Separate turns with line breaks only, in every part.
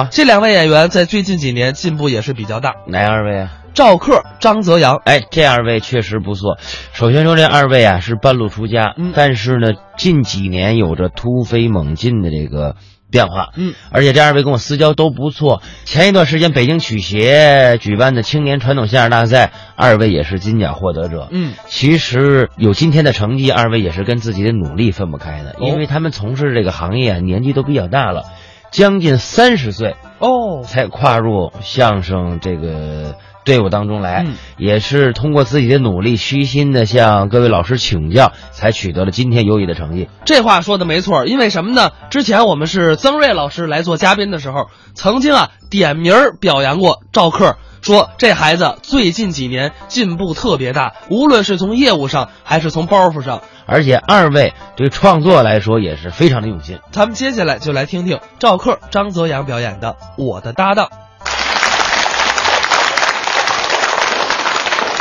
啊，
这两位演员在最近几年进步也是比较大。
哪二位啊？
赵克、张泽阳，
哎，这二位确实不错。首先说这二位啊是半路出家，
嗯
但是呢，近几年有着突飞猛进的这个变化。
嗯，
而且这二位跟我私交都不错。前一段时间北京曲协举办的青年传统相声大赛，二位也是金奖获得者。
嗯，
其实有今天的成绩，二位也是跟自己的努力分不开的，
哦
因为他们从事这个行业啊，年纪都比较大了，将近三十岁
哦，
才跨入相声这个队伍当中来，
嗯
也是通过自己的努力，虚心的向各位老师请教，才取得了今天优异的成绩。
这话说的没错，因为什么呢？之前我们是曾瑞老师来做嘉宾的时候，曾经啊点名儿表扬过赵克，说这孩子最近几年进步特别大，无论是从业务上还是从包袱上。
而且二位对创作来说也是非常的用心。
咱们接下来就来听听赵克、张泽阳表演的《我的搭档》。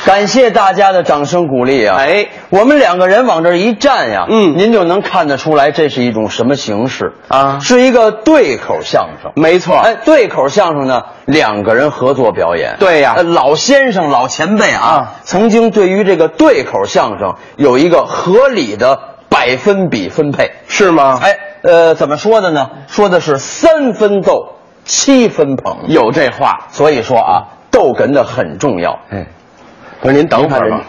感谢大家的掌声鼓励啊！哎，我们两个人往这儿一站呀，嗯，您就能看得出来这是一种什么形式
啊
是一个对口相声。
没错，
哎，对口相声呢，两个人合作表演。
对呀
呃老先生、老前辈啊，
啊
曾经对于这个对口相声有一个合理的百分比分配。
是吗？
哎，呃，怎么说的呢？说的是三分斗，七分捧。
有这话。
所以说啊，逗哏的很重要。
哎，不是您等会儿吧。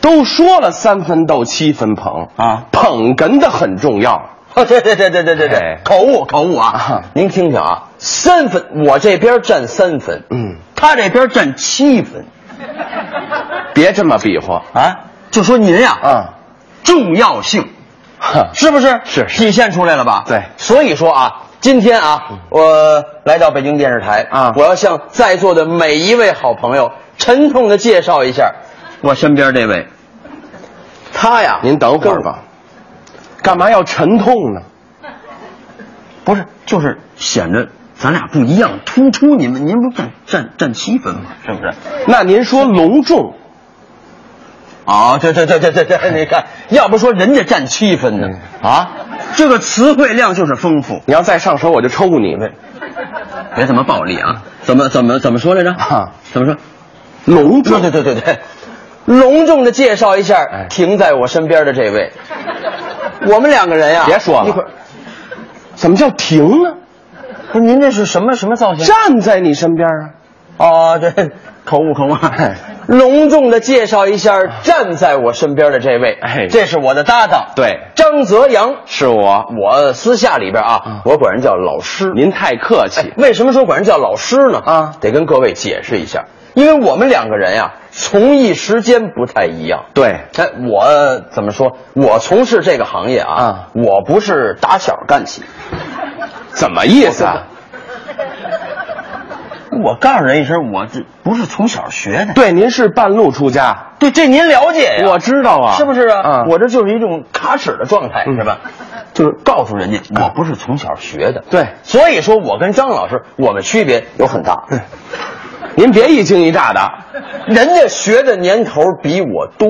都说了三分斗七分捧
啊
捧哏的很重要。
哦，对对对对对对对
哎，
口误口误啊！您听听啊，三分，我这边占三分，
嗯，
他这边占七分
别这么比划
啊，就说您呀、
啊！
重要性
哼
是不是？
是是
体现出来了吧？
对嗯
所以说啊，今天啊，我来到北京电视台
啊
我要向在座的每一位好朋友沉痛的介绍一下，我身边这位，他呀，
您等会儿吧。干嘛要沉痛呢？
不是，就是显得咱俩不一样，突出你们，您不占占占七分吗？是不是？
那您说隆重，
啊，对对对对对对，你看，要不说人家占七分呢、啊，这个词汇量就是丰富。
嗯你要再上手我就抽你们。
别这么暴力啊！怎么怎么怎么说来着？
啊
怎么说？
隆
对
重，
对对对对，隆重的介绍一下
哎
停在我身边的这位，我们两个人呀、啊
别说
一会儿
了。怎么叫停呢？
不是您这是什么什么造型？
站在你身边啊。
哦，对，口误口误
哎。
隆重的介绍一下站在我身边的这位，
哎
这是我的搭档，
对
张泽阳。
是我，
我私下里边啊
嗯，
我管人叫老师。
您太客气
哎。为什么说管人叫老师呢？
啊
得跟各位解释一下，因为我们两个人呀、从艺时间不太一样。
对，
哎，我怎么说？我从事这个行业啊，
啊
我不是打小干起，
怎么意思啊？
我告诉人一声，我这不是从小学的。
对，您是半路出家，
对，这您了解呀？
我知道啊，
是不是啊？
嗯
我这就是一种卡尺的状态，
嗯
是吧？就是告诉人家，我不是从小学的。
对
所以说我跟张老师，我们区别有很大。
您别一惊一乍的，
人家学的年头比我多，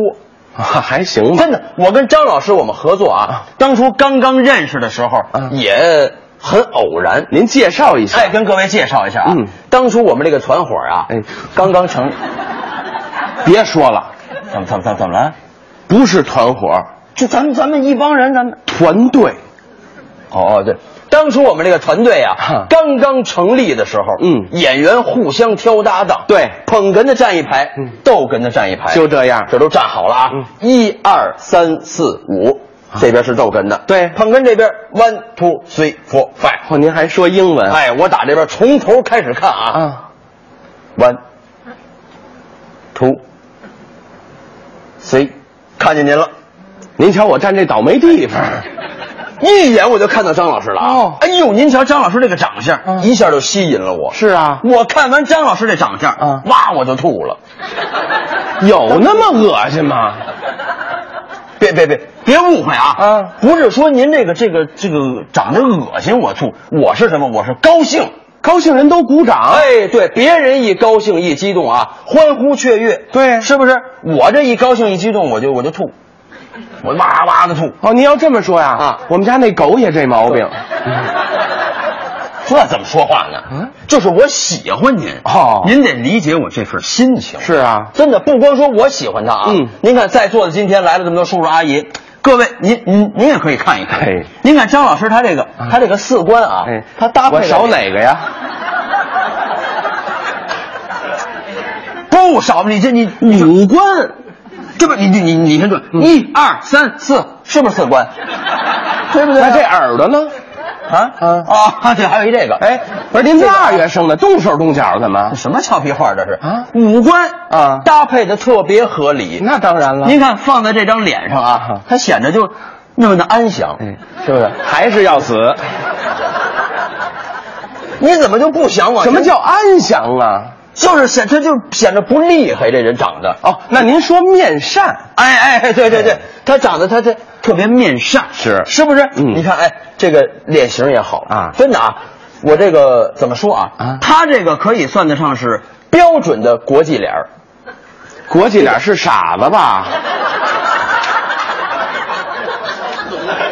啊还行吧？
真的。我跟张老师我们合作啊，当初刚刚认识的时候
啊
也很偶然。
您介绍一下。
哎，跟各位介绍一下啊，
嗯
当初我们这个团伙啊，
哎
刚刚成，
别说了，
怎么怎么怎么怎么了？
不是团伙，
就咱们咱们一帮人，咱们
团队。
哦，对，当初我们这个团队啊
哈，
刚刚成立的时候，
嗯
演员互相挑搭档，
对
捧哏的站一排，
嗯
逗哏的站一排，
就这样
这都站好了啊
嗯，啊
一二三四五，这边是逗哏的，
对
捧哏这边 one two three four five，
哦，您还说英文？，
哎，我打这边从头开始看啊
啊，
，one two three，看见您了。
您瞧我站这倒霉地方，
一眼我就看到张老师了啊！
哦
哎呦，您瞧张老师这个长相，
嗯
一下就吸引了我。
是啊，
我看完张老师这长相，
啊
哇，我就吐了。
有那么恶心吗？
别别别，别误会啊！
啊
不是说您这个这个这个长得恶心我吐，我是什么？我是高兴。
高兴人都鼓掌，
哎，对，别人一高兴一激动啊，欢呼雀跃，
对
是不是？我这一高兴一激动，我就我就吐，我哇哇的吐。
哦，您要这么说呀，
啊
我们家那狗也这毛病，
这怎么 说话呢？嗯，就是我喜欢您
哦
您得理解我这份心情。
是啊
真的不光说我喜欢他啊，
嗯
您看在座的今天来了这么多叔叔阿姨，各位您您您也可以看一看
哎，
您看张老师他这个他这个四官啊，
哎，
他搭配
我
的
少
这
哪个呀？
不少，你这你你五官，这不你你你你看这
嗯
一二三四是不是 四官？对不对啊？
那这耳朵呢？
啊
嗯
啊，对，还有一这个，
哎，不是您这二月生的，动手动脚干嘛？
什么俏皮话这是
啊
五官
啊嗯
搭配的特别合理。
那当然了，
您看放在这张脸上啊
啊，
它显得就那么的安详。
哎，是不是还是要死？
你怎么就不想我？
什么叫安详啊？
就是显他就显得不厉害，这人长得。
哦，那您说面善，嗯
哎哎，对对对，他长得他这特别面善，
是
是不是？
嗯
你看，哎，这个脸型也好
啊
真的啊，我这个怎么说啊？
啊
他这个可以算得上是标准的国际脸儿
国际脸是傻子吧？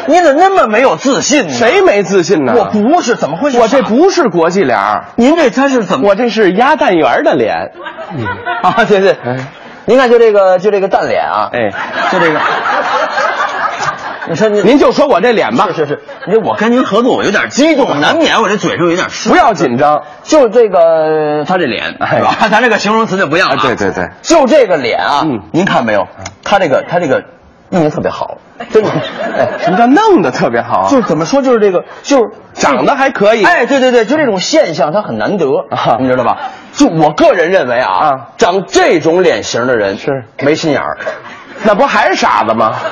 你怎么那么没有自信呢？？
谁没自信呢？
我，不是，怎么会是傻？
我这不是国际脸儿
您这他是怎么？
我这是鸭蛋圆儿的脸。
啊， 对对
哎，
您看就这个就这个蛋脸啊，
哎，
就这个， 你说您
您就说我这脸吧
是，是是，您我跟您合作，我有点激动，难免我这嘴上有点湿。
不要紧张。
就这个他这脸
哎
是吧？咱这个形容词就不要了。
啊对对对，
哎就这个脸啊
嗯，
您看没有？他这个他这个弄得特别好，真的，哎，
什么叫弄得特别好啊？
就是怎么说，就是这个就是
长得还可以
哎，对对对，就这种现象它很难得
啊，
你知道吧？就我个人认为啊，
啊
长这种脸型的人
是
没心眼儿，
那不还是傻子吗？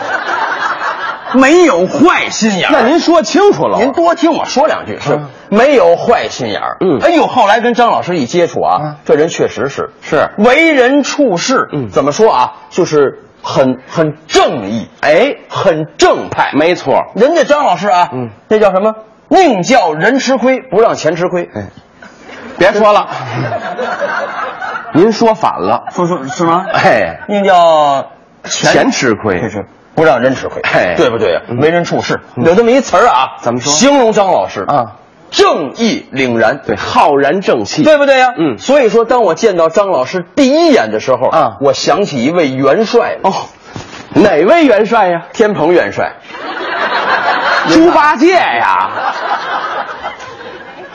没有坏心眼儿。
那您说清楚了。
您多听我说两句，是
啊
没有坏心眼儿。
嗯
哎呦，后来跟张老师一接触啊
啊，
这人确实是
是
为人处事，
嗯
怎么说啊，就是很很正义，哎，很正派。
没错，
人家张老师啊，
嗯，
那叫什么？宁叫人吃亏，不让钱吃亏。
哎别说了，您说反了。
说说是吗？
哎，
宁叫
钱吃亏
这是不让人吃亏，
哎
对不对？
嗯
为人处事有这么一词儿啊，
怎么说
形容张老师
啊，
正义凛然，
对，浩然正气。
对不对呀、
嗯
所以说，当我见到张老师第一眼的时候
啊
我想起一位元帅哦，
哦，哪位元帅呀？
天蓬元帅，
猪八戒呀！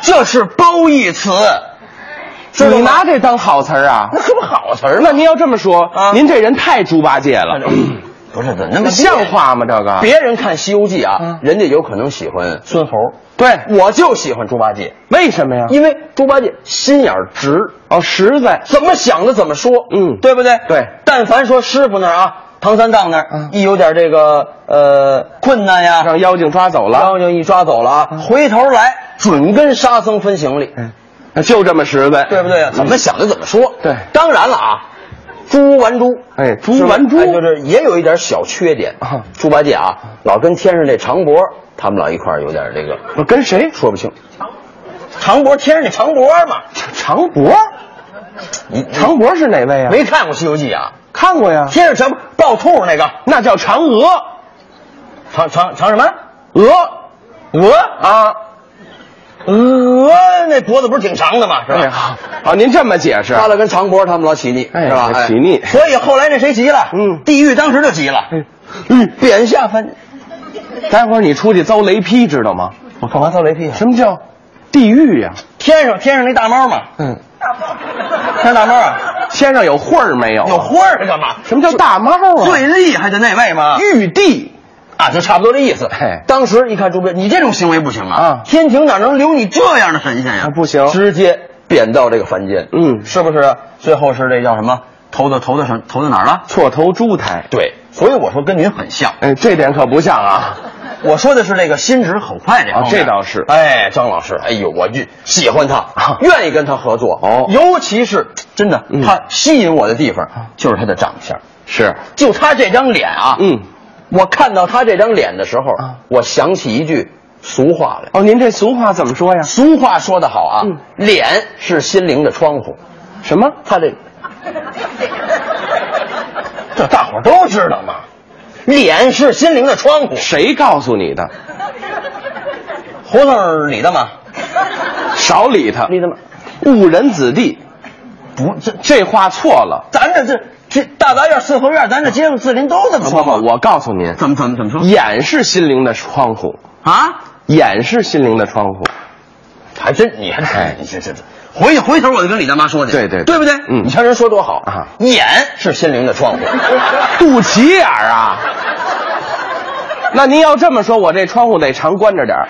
这是褒义词，知道
你
吗？
拿这当好词儿啊？
那可不好词儿吗
那？您要这么说，
啊
您这人太猪八戒了，
不是，怎么那
那
么
像？话吗？这个
别人看《西游记》啊，人家有可能喜欢孙猴，
对，
我就喜欢猪八戒，
为什么呀？
因为猪八戒心眼儿直，
哦，实在
怎么想的怎么说，
嗯
对不对？
对
但凡说师傅那儿啊，唐三藏那儿、
嗯
一有点这个呃困难呀，
让妖精抓走了，嗯
妖精一抓走了啊，回头来准跟沙僧分行李，
啊就这么实在，嗯
对不对啊？怎么想的怎么说。
对
当然了啊，猪玩猪，
哎猪
是吧
玩猪
哎就是也有一点小缺点
啊。
猪八戒啊，老跟天上这长脖，他们老一块儿有点这个
我跟谁
说不清。长脖，天上那长脖嘛，
长脖？
你
长脖是哪位啊？
没看过《西游记》啊？
看过呀，
天上长抱兔那个，
那叫嫦娥，
长长长什么？
娥
鹅
啊。
鹅那脖子不是挺长的吗？是吧？
哎呀，好，您这么解释，
花了跟长脖他们老起腻，
哎
是吧？哎
起腻
所以后来那谁急了？
嗯哎
地狱当时就急了，嗯，贬下凡。
待会儿你出去遭雷劈，知道吗？
我干嘛遭雷劈啊？
什么叫地狱呀？
天上天上那大猫嘛，
嗯，
天上大猫 啊，
天上有混儿没有？啊
有。花儿干嘛？
什么叫大猫啊？
最厉害的那位嘛，
玉帝。
啊，就差不多这意思
哎。
当时一看朱标，你这种行为不行啊
啊！
天庭哪能留你这样的神仙呀
啊？不行
直接贬到这个凡间。
嗯
是不是？最后是这叫什么？投到投到什投到哪儿了？
错头猪胎。
对，所以我说跟您很像。
哎，这点可不像啊！
我说的是这个心直口快这方面
啊这倒是啊
哎，张老师，哎呦，我就喜欢他，愿意跟他合作。
哦
尤其是真的，
嗯
他吸引我的地方就是他的长相，
是，
就他这张脸啊。
嗯，
我看到他这张脸的时候
啊，
我想起一句俗话来。
哦，您这俗话怎么说呀？
俗话说得好啊
嗯，
脸是心灵的窗户。
什么？
他这，这大伙儿都知道嘛，脸是心灵的窗户。
谁告诉你的？
胡同里的嘛，
少理他，
理他们
误人子弟，
不，这
这话错了。
咱这这这大杂院四合院，咱这街坊四邻都这么说
不
吗？
不，我告诉您，
怎么怎么怎么说
眼是心灵的窗户，
啊？
眼是心灵的窗户。
还真你还
哎
真你这这这，回回头我就跟李大妈说去，
对对对
对不对？
嗯
你瞧人说多好
啊
眼是心灵的窗户，
肚脐眼儿啊！那您要这么说，我这窗户得常关着 点儿，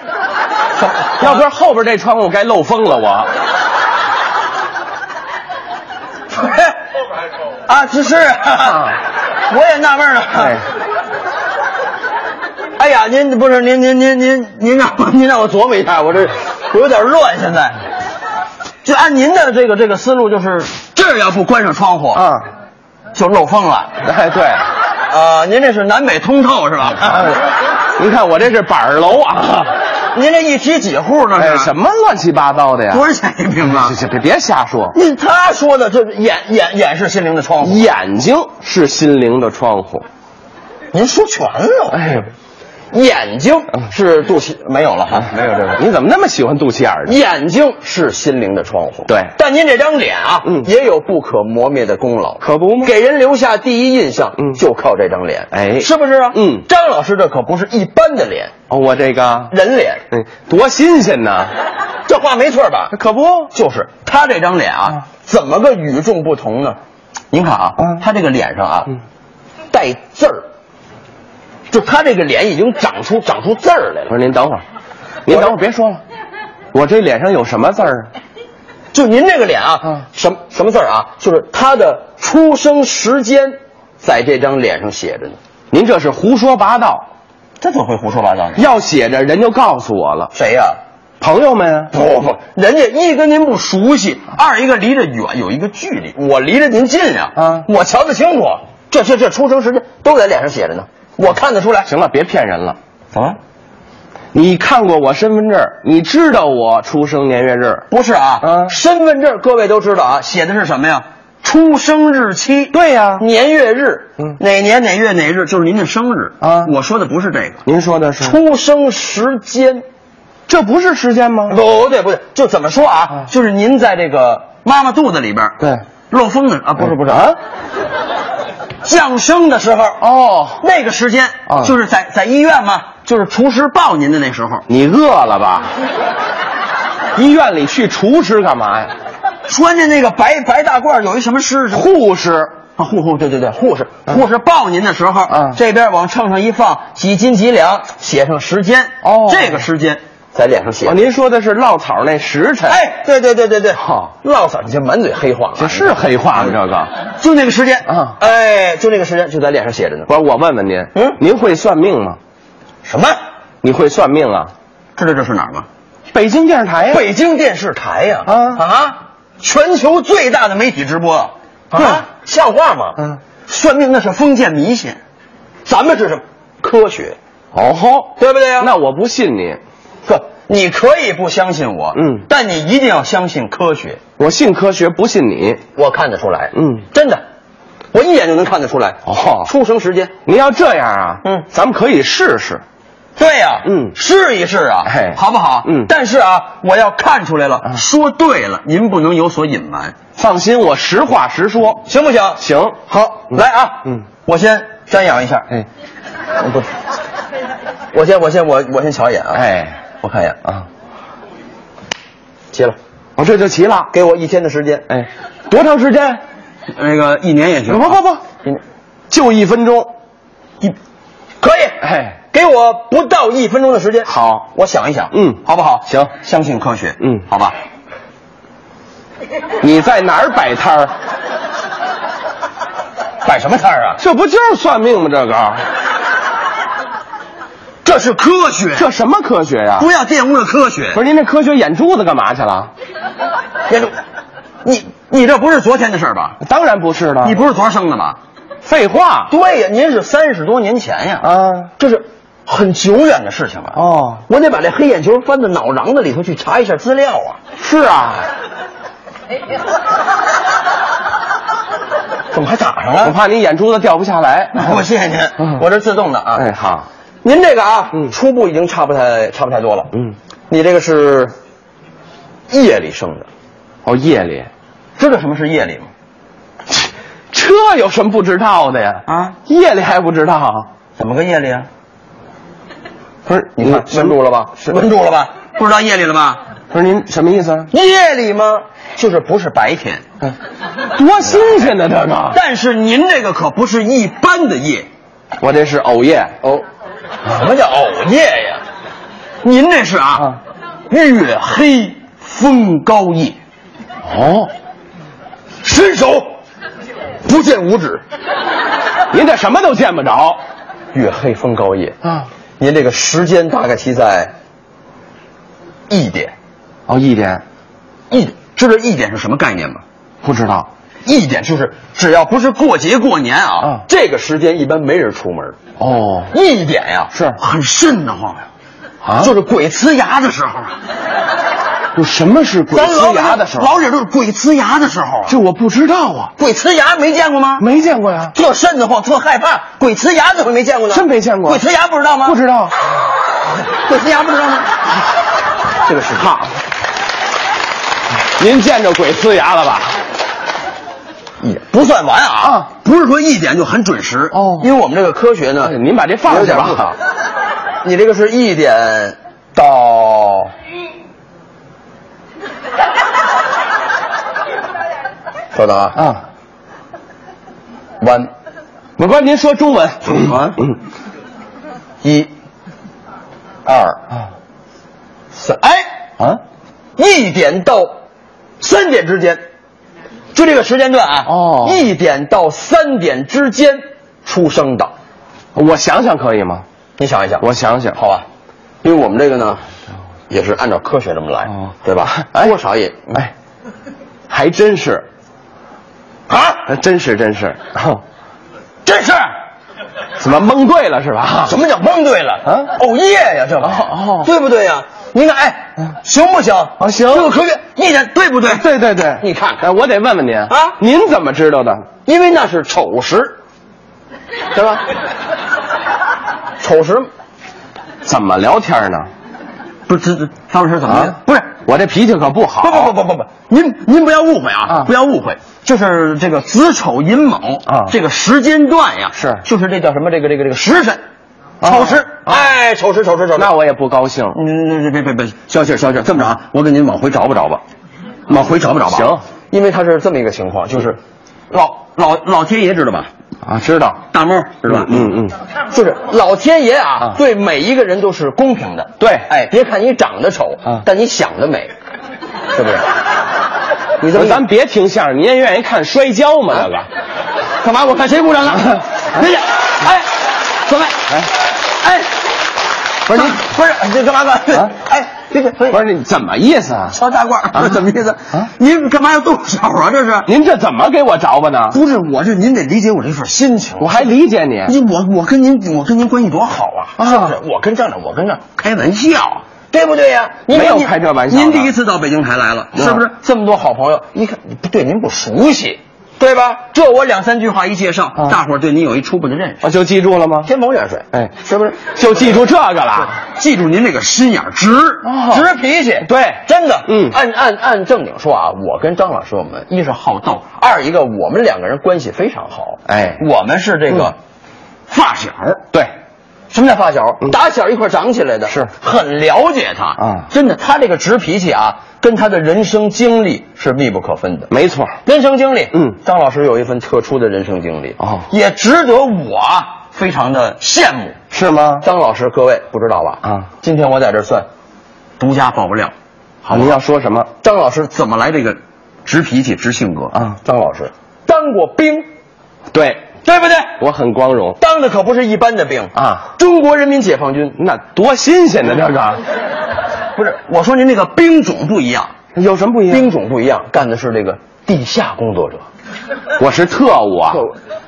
要不然后边这窗户该漏风了 我。
哎啊，这是啊， 我也纳闷了。
哎
哎呀，您不是您您您您您让我您让我琢磨一下，我这我有点乱，现在。就按您的这个这个思路，就是这儿要不关上窗户，
啊，
就漏风了。
哎对，哎
啊，您这是南北通透是吧？
您看我这是板儿楼 啊，
您这一梯几户呢？
哎
是
什么乱七八糟的呀？
多少钱一平方
这？这别别瞎说，
你他说的这眼眼眼是心灵的窗户，
眼睛是心灵的窗户。
您说全了。
哎，嗯
眼睛是肚脐没有了哈，
没有这个，你怎么那么喜欢肚脐眼儿呢？
眼睛是心灵的窗户，
对
但您这张脸啊，
嗯
也有不可磨灭的功劳，
可不吗？
给人留下第一印象，
嗯
就靠这张脸，
哎
是不是啊？
嗯
张老师这可不是一般的脸，
哦，我这个，
人脸，
哎，多新鲜呐！
这话没错吧？
可不，
就是他这张脸啊，怎么个与众不同呢？您看啊，
嗯
他这个脸上啊
嗯，
带字儿，就他这个脸已经长出长出字儿来
我
了。
说您等会儿，您等会儿别说了，我这脸上有什么字儿啊？
就您这个脸啊，
嗯
什么什么字儿啊？就是他的出生时间，在这张脸上写着呢。
您这是胡说八道，
这怎么会胡说八道呢？
要写着人就告诉我了。
谁呀、
朋友们啊，
不不，人家一跟您不熟悉，二一个离着远有一个距离，我离着您近呀、
嗯
我瞧得清楚，这这这出生时间都在脸上写着呢，我看得出来。
行了，别骗人了。
怎么？
你看过我身份证，你知道我出生年月日。
不是啊，
嗯
身份证各位都知道啊，写的是什么呀？出生日期，
对呀
年月日，
嗯
哪年哪月哪日就是您的生日
啊嗯
我说的不是这个，
您说的是，
出生时间，
这不是时间吗？
不对不对，就怎么说啊
啊？
就是您在这个妈妈肚子里边，
对，
漏风的啊，不是不是，
啊，
降生的时候
哦，
那个时间
啊
就是在在医院嘛，就是厨师抱您的那时候，
你饿 了吧？医院里去厨师干嘛呀？
穿着那个白白大褂，有一什么师是
护士，
啊，护护对对对，护士护士抱您的时候，
嗯
这边往秤上一放，几斤几两，写上时间，
哦
这个时间在脸上写
哦，。您说的是落草那时辰。，
哎，对对对对对，
好
落嗓，你这满嘴黑话啊，
这是黑话吗？这个。
就那个时间
啊
哎，就那个时间就在脸上写着呢。
不是，我问问您，
嗯
您会算命吗？
什么？
你会算命啊？
知道这是哪儿吗？
北京电视台呀、
北京电视台呀、
啊
全球最大的媒体直播啊，
对
像话吗？
嗯，
算命那是封建迷信，咱们是什么科学，
哦吼，
对不对呀、
那我不信你，
不，你可以不相信我，
嗯
但你一定要相信科学。
我信科学，不信你。
我看得出来，
嗯，
真的，我一眼就能看得出来。
哦
出生时间，
您要这样啊，
嗯
咱们可以试试。
对呀、
嗯
试一试啊，
哎
好不好？
嗯啊
但是啊，我要看出来了，说对了，您不能有所隐瞒，
放心，我实话实说。
行不行？
行，
好，
嗯
来啊，
嗯，
我先瞻仰一下，
哎
嗯， 不是，我先我先我我先瞧一眼啊，，
哎
我看一眼，
啊，
齐了，
我哦这就齐了。
给我一天的时间，
哎，多长时间？
那个一年也
不不不，就一分钟。
一，可以，
哎，
给我不到一分钟的时间，
好，
我想一想，
嗯
好不好？
行
相信科学，
嗯
好吧，
你在哪儿摆摊儿？
摆什么摊儿啊？
这不就是算命吗？这个，
这是科学，
这什么科学呀、
不要玷污了科学
不。是您这科学眼珠子干嘛去了？
严总，你你这不是昨天的事儿吧？
当然不是了。
你不是昨儿生的吧？
废话
对呀，您是三十多年前呀，
啊？
这是很久远的事情了。
哦，
我得把这黑眼球翻到脑瓤子里头去查一下资料啊。
是啊，
怎么还打上。
我？怕你眼珠子掉不下来
我谢谢您，
嗯
我这自动的啊。
哎，好，
您这个啊，
嗯
初步已经差不太差不太多了。
嗯，
你这个是夜里生的。
哦，夜里，
知道什么是夜里吗？
这有什么不知道的呀？
啊，
夜里还不知道啊？
怎么个夜里啊？
不是，
你看
闻住了吧？
是闻住了吧？不知道夜里了吧？
不是您什么意思啊？
夜里吗？就是不是白天。
哎多新鲜呢，这个！
但是您这个可不是一般的夜，
我这是偶夜哦，
什么叫偶夜呀？您这是啊，月黑风高夜，
哦，
伸手不见五 指。
您这什么都见不着
月黑风高夜，
啊？
您这个时间大概其在一点，
哦，一点
一知道一点是什么概念吗？
不知道
一点就是只要不是过节过年啊，
啊
这个时间一般没人出门。
哦
一点呀、
是
很瘆得慌呀、
啊
就是鬼呲牙的时候啊，
有什么是鬼
咱
呲
老
牙的时候？
老也都是鬼呲牙的时候啊。
这我不知道啊，
鬼呲牙没见过吗？
没见过呀，
特瘆得慌，特害怕。鬼呲牙怎么没见过呢？
真没见过
鬼呲牙不知道吗？
不知道。
鬼呲牙不知道吗？这个是怕。
您见着鬼呲牙了吧？
也不算完啊，
啊
不是说一点就很准时
哦哎
因为我们这个科学呢，
您把这放
有
下
点
吧
复杂。你这个是一点到，稍等啊，
啊，
弯
我帮您说中文。
啊，
嗯
一、二、三，哎，
啊，
一点到三点之间，就这个时间段啊，
哦
一点到三点之间出生的，
我想想可以吗？
你想一想，
我想想，
好吧，因为我们这个呢，也是按照科学这么来，
哦
对吧？多少也
哎，还真是，
啊，
真是真是，哦
这是
怎么蒙对了是吧？
什么叫蒙对了
啊
哦耶呀，这玩意
哦
儿
哦嗯
对不对呀？您看，哎，行不行？啊
行
这个科学一点对不对？
对对对，
你看看
哎，我得问问您
啊
您怎么知道的？
因为那是丑时，对 吧？丑时
怎么聊天呢？
不是这张老师怎了
啊，
不是，
我这脾气可不好。
不不不不不不，您您不要误会啊
啊，
不要误会，就是这个子丑寅卯
啊
这个时间段呀，
是
就是这叫什么这个这个这个时辰，
啊
丑时，
啊
哎，丑时丑时丑时，
那我也不高兴。
嗯，别别别，消气儿消气儿，这么着啊，我给您往回找吧找吧，往回找吧找吧。
行，
因为他是这么一个情况，就是老老老天爷知道吧？
啊，知道，
大猫知道吧？
嗯嗯
就是老天爷啊
啊，
对每一个人都是公平的。
对
哎，别看你长得丑
啊，
但你想得美，是不是？你这
不
么
是咱别听相声，您也愿意看摔跤吗？
啊
那个，干嘛？我看谁鼓掌了？
哎呀，哎，各位，哎，哎，
不是你
不是这干嘛干
啊？
哎，别别，
不是你怎么意思啊？
敲大褂儿，不是怎么意思
啊？
您干嘛要动手啊？这是？
您这怎么给我着吧呢？
不是，我是您得理解我这份心情。
啊我还理解你。
你我我跟您我跟您关系多好啊！
啊
是不是？我跟站长，我跟这开玩笑，对不对呀、您
没有
您
开这玩笑的
您第一次到北京台来了，
嗯
是不是？这么多好朋友，一看不对，您不熟悉，对吧？这我两三句话一介绍，
啊
大伙儿对您有一初步的认识，
我啊就记住了吗？
天蒙远水，
哎
是不是？
就记住这个了。
记住您这个心眼儿直，
哦
直脾气，
对
真的，
嗯
按按按正经说啊，我跟张老师，我们一是好斗，二一个我们两个人关系非常好，
哎
我们是这个
嗯
发小，
对，
什么叫发小？
嗯
打小一块长起来的，
是
很了解他
啊
真的，他这个直脾气啊，跟他的人生经历是密不可分的。
没错。
人生经历，
嗯
张老师有一份特殊的人生经历
哦
也值得我非常的羡慕。
是吗？
张老师，各位不知道吧？
啊，
今天我在这儿算独家爆料。
好，您要说什么？
张老师怎么来这个直脾气、直性格
啊
张老师当过兵，
对，
对不对？
我很光荣
当的可不是一般的兵
啊！
中国人民解放军
那多新鲜呢，这 个
不是，我说您这个兵种不一样，
有什么不一样？
兵种不一样，干的是这个地下工作者，
我是特务啊！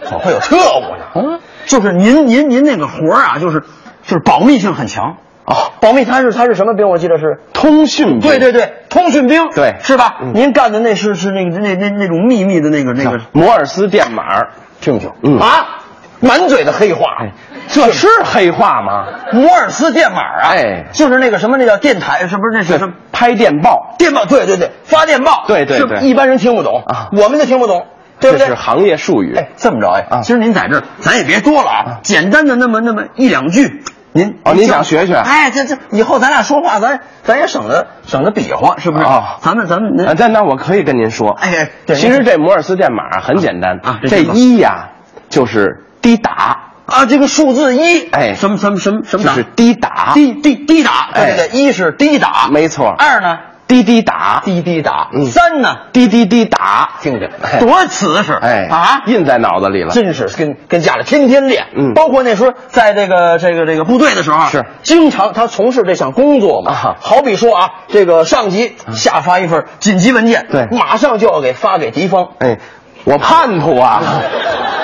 怎么会有特务呢？嗯，就是您您您那个活儿啊，就是就是保密性很强
哦，
保密他是他是什么兵？我记得是。
通讯
对对对，通讯兵，
嗯对
是吧？
嗯
您干的那是是那个那那那种秘密的那个那个，
摩尔斯电码，
听听，
嗯
啊，满嘴的黑话，
这是黑话吗？
摩尔斯电码啊，
哎
就是那个什么那叫电台，是不是那是什么？
拍电报，
电报，对对对，发电报，
对对
是
对
一般人听不懂
啊
我们就听不懂，对不
这是
对？
行业术语。
哎，这么着哎，
啊
其实您在这儿，咱也别多了啊，简单的那么那么一两句，您
哦您
教
想学学
哎，这这以后咱俩说话，咱咱也省得省得比划，是不是？
哦
咱们咱们
啊，
您
但那我可以跟您说，
哎对
其实这摩尔斯电码啊很简单
啊这
这
是什么
一呀就是滴答，
啊，这个数字一，
哎
什么什么什么什么
就
打
是滴答，
滴滴滴答，对
哎
对对，一是滴答，
没错
二呢
滴滴答，
滴滴答，
嗯
三呢
滴滴滴答，
听着
哎
多瓷实，
哎
啊，
印在脑子里了。
真是跟跟家里天天练，
嗯
包括那时候在这个这个这个部队的时候，啊
是
经常他从事这项工作嘛，
啊嗯
好比说啊，这个上级下发一份紧急文件，
对
马上就要给发给敌方，
哎，我叛徒啊，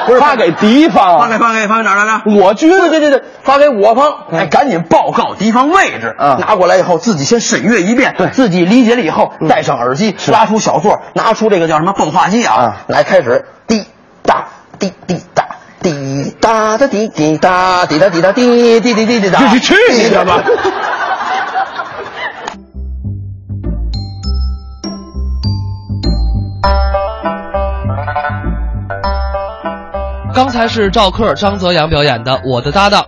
不是
发给敌方，啊
发给发给发给哪儿来着？
我军。
对对对对，发给我方，哎，赶紧报告敌方位置，
啊
拿过来以后自己先审阅一遍，
对嗯
自己理解了以后，戴上耳机，拉出小座，拿出这个叫什么报话机啊
啊，
来开始滴答滴滴答。滴答的滴滴答，滴答滴答滴滴滴滴滴答。
你去你的 吧！
刚才是赵克、张泽阳表演的《我的搭档